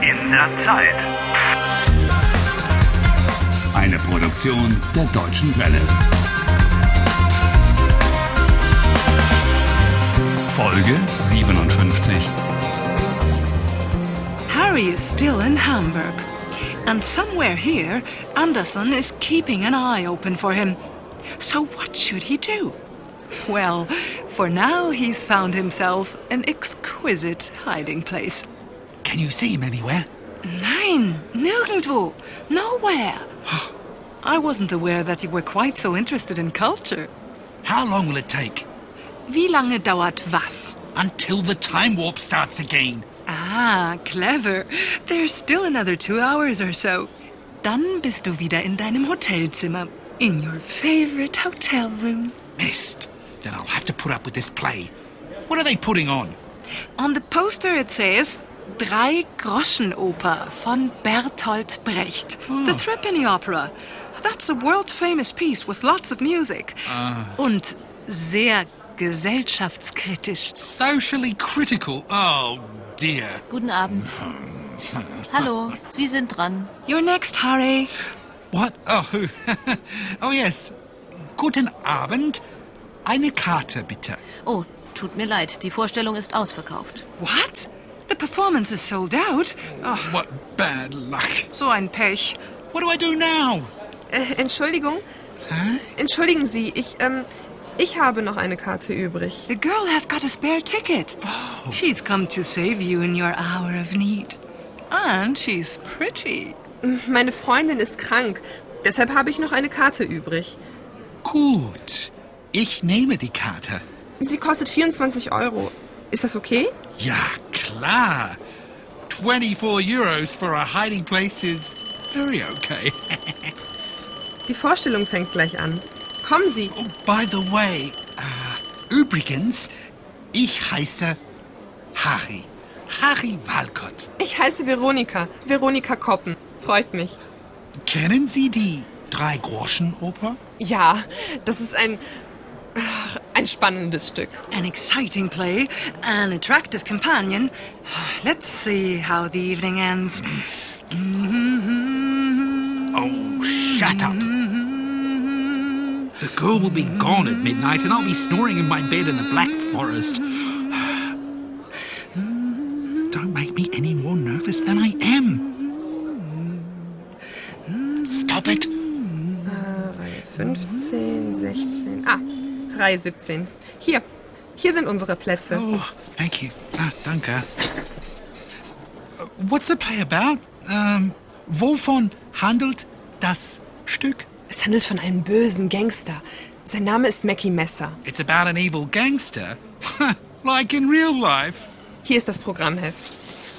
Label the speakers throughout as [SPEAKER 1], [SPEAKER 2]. [SPEAKER 1] dieser Zeit.
[SPEAKER 2] Eine Produktion der Deutschen Welle. Folge 57.
[SPEAKER 3] Harry is still in Hamburg. And somewhere here, Anderson is keeping an eye open for him. So what should he do? Well, for now, he's found himself an exquisite hiding place.
[SPEAKER 4] Can you see him anywhere?
[SPEAKER 3] Nein, nirgendwo, nowhere. I wasn't aware that you were quite so interested in culture.
[SPEAKER 4] How long will it take?
[SPEAKER 3] Wie lange dauert was?
[SPEAKER 4] Until the time warp starts again.
[SPEAKER 3] Ah, clever. There's still another two hours or so. Dann bist du wieder in deinem Hotelzimmer. In your favorite hotel room.
[SPEAKER 4] Missed. Then I'll have to put up with this play. What are they putting on?
[SPEAKER 3] On the poster it says Drei Groschen Oper von Bertolt Brecht. The Threepenny Opera. That's a world famous piece with lots of music. Und sehr gesellschaftskritisch.
[SPEAKER 4] Socially critical. Oh dear.
[SPEAKER 5] Guten Abend. Hallo, Sie sind dran.
[SPEAKER 3] You're next, Harry.
[SPEAKER 4] What? Oh, who? oh yes. Guten Abend. Eine Karte bitte.
[SPEAKER 5] Oh, tut mir leid, die Vorstellung ist ausverkauft.
[SPEAKER 3] What? The performance is sold out?
[SPEAKER 4] Oh.
[SPEAKER 3] Ach,
[SPEAKER 4] What bad luck.
[SPEAKER 3] so ein Pech.
[SPEAKER 4] What do I do now?
[SPEAKER 6] Äh, Entschuldigung. Entschuldigen Sie, ich, ähm, ich habe noch eine Karte übrig.
[SPEAKER 3] The girl hath got a spare ticket. She's come to save you in your hour of need. And she's pretty.
[SPEAKER 6] Meine Freundin ist krank, deshalb habe ich noch eine Karte übrig.
[SPEAKER 4] Gut. Ich nehme die Karte.
[SPEAKER 6] Sie kostet 24 Euro. Ist das okay?
[SPEAKER 4] Ja, klar. 24 Euros for a hiding place is very okay.
[SPEAKER 6] Die Vorstellung fängt gleich an. Kommen Sie.
[SPEAKER 4] Oh, by the way, äh, übrigens, ich heiße Harry. Harry Walcott.
[SPEAKER 6] Ich heiße Veronika. Veronika Koppen. Freut mich.
[SPEAKER 4] Kennen Sie die Drei-Groschen-Oper?
[SPEAKER 6] Ja, das ist ein. ach, ein spannendes Stück.
[SPEAKER 3] An exciting play, an attractive companion. Let's see how the evening ends.
[SPEAKER 4] Oh, shut up. The girl will be gone at midnight and I'll be snoring in my bed in the Black Forest. Don't make me any more nervous than I am. Stop it.
[SPEAKER 6] Reihe 15, 16. Ah, Reihe 17. Hier. Hier sind unsere Plätze.
[SPEAKER 4] Oh, thank you. Ah, danke. Uh, What's the play about? Um, wovon handelt das Stück?
[SPEAKER 6] Es handelt von einem bösen Gangster. Sein Name ist Mackie Messer.
[SPEAKER 4] It's about an evil gangster, like in real life.
[SPEAKER 6] Hier ist das Programmheft.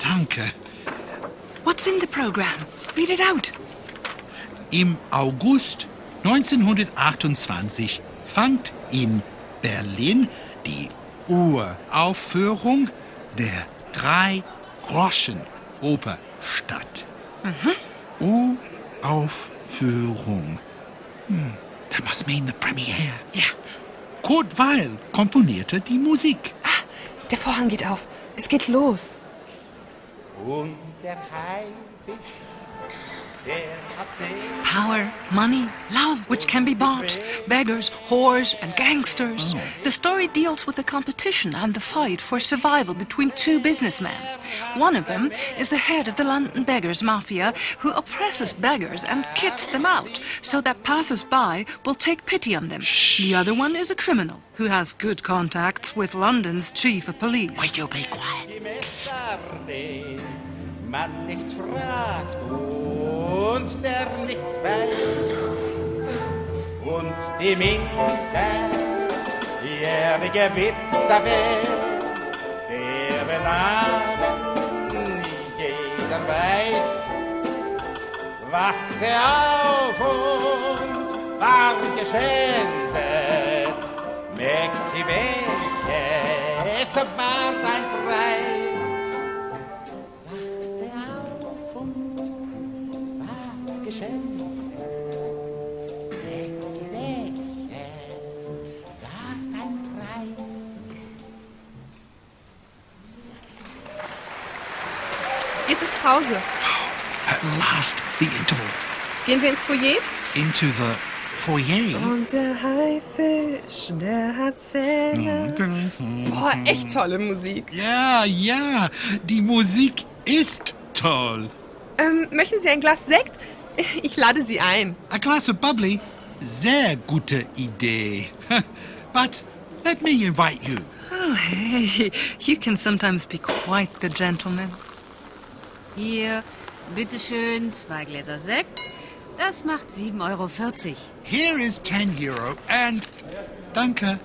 [SPEAKER 4] Danke.
[SPEAKER 3] What's in the program? Read it out.
[SPEAKER 4] Im August 1928 fand in Berlin die Uraufführung der Drei-Groschen-Oper statt. Uraufführung. Hm, that must mean the premiere.
[SPEAKER 3] Ja.
[SPEAKER 4] Kurt Weil komponierte die Musik.
[SPEAKER 6] Der Vorhang geht auf. Es geht los.
[SPEAKER 7] Und der Haifisch, der hat sich
[SPEAKER 3] Power, money, love, which can be bought, beggars, whores, and gangsters. The story deals with the competition and the fight for survival between two businessmen. One of them is the head of the London Beggars Mafia, who oppresses beggars and kicks them out so that passers by will take pity on them. The other one is a criminal who has good contacts with London's chief of police.
[SPEAKER 4] Will you be quiet?
[SPEAKER 7] Messerle, man nichts fragt und der nichts weiß. Und die minderjährige Witwe, deren Namen jeder weiß, wachte auf und war geschändet. Mägde welche, es war dein Preis. Wachte auf und war geschändet. Mägde welche, es war dein Preis.
[SPEAKER 6] Jetzt ist Pause.
[SPEAKER 4] At last, the interval.
[SPEAKER 6] Gehen wir ins Foyer?
[SPEAKER 4] Into the foyer.
[SPEAKER 6] Und der Haifisch, der hat Zähne. Boah, echt tolle Musik.
[SPEAKER 4] Ja, ja, die Musik ist toll.
[SPEAKER 6] Ähm, möchten Sie ein Glas Sekt? Ich lade Sie ein.
[SPEAKER 4] A glass of bubbly? Sehr gute Idee. But let me invite you.
[SPEAKER 3] Hey, you can sometimes be quite the gentleman.
[SPEAKER 1] Hier, bitteschön, zwei Gläser Sekt. Das macht 7,40 Euro.
[SPEAKER 4] Here is 10 euro and. Danke.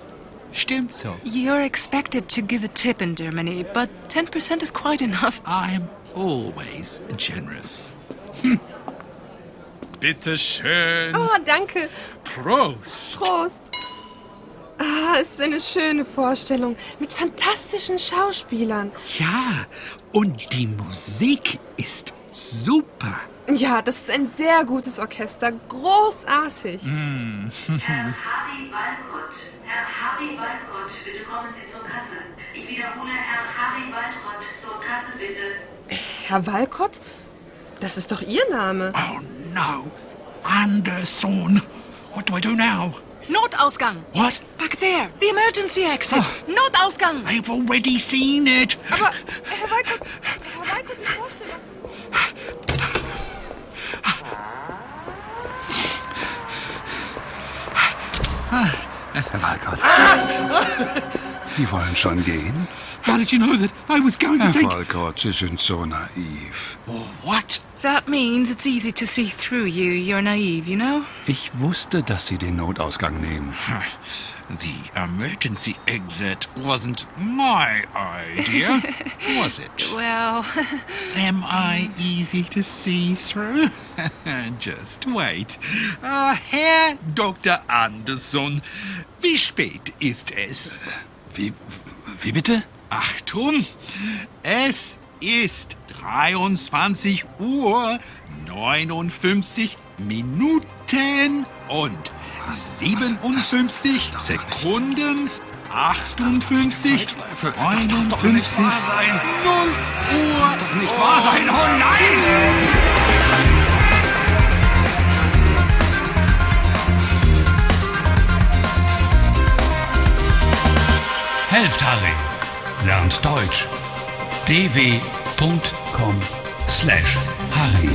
[SPEAKER 4] Stimmt so.
[SPEAKER 3] You're expected to give a tip in Germany, but 10% is quite enough.
[SPEAKER 4] I'm always generous.
[SPEAKER 8] Bitte schön.
[SPEAKER 6] Oh, danke.
[SPEAKER 8] Prost.
[SPEAKER 6] Prost. Ah, es ist eine schöne Vorstellung. Mit fantastischen Schauspielern.
[SPEAKER 4] Ja, und die Musik ist super.
[SPEAKER 6] Ja, das ist ein sehr gutes Orchester. Großartig.
[SPEAKER 9] Herr Harry Walcott, Herr Harry Walcott, bitte kommen Sie zur Kasse. Ich wiederhole, Herr Harry Walcott, zur Kasse bitte.
[SPEAKER 6] Herr Walcott? Das ist doch Ihr Name.
[SPEAKER 4] Oh no. Anderson. What do I do now?
[SPEAKER 3] Notausgang.
[SPEAKER 4] What?
[SPEAKER 3] Back there. The emergency exit. Notausgang.
[SPEAKER 4] I've already seen it.
[SPEAKER 6] Aber, Herr Walcott, Herr Walcott, die Vorstellung.
[SPEAKER 2] Herr Walcott. Sie wollen schon gehen?
[SPEAKER 4] How did you know that I was going to
[SPEAKER 2] Herr
[SPEAKER 4] take.
[SPEAKER 2] Walcott, Sie sind so naiv.
[SPEAKER 4] What?
[SPEAKER 3] That means it's easy to see through you. You're naive, you know?
[SPEAKER 2] Ich wusste, dass Sie den Notausgang nehmen.
[SPEAKER 4] The emergency exit wasn't my idea, was it?
[SPEAKER 3] Well,
[SPEAKER 4] Am I easy to see through? Just wait. Uh, Herr Dr. Anderson, wie spät ist es?
[SPEAKER 2] Wie, wie bitte?
[SPEAKER 4] Achtung, es ist 23 Uhr 59 Minuten und 57 Sekunden 58 59 0 Uhr
[SPEAKER 2] Nicht wahr sein! Oh nein!
[SPEAKER 10] Helft Harry. Lernt Deutsch. dw.com slash Harry.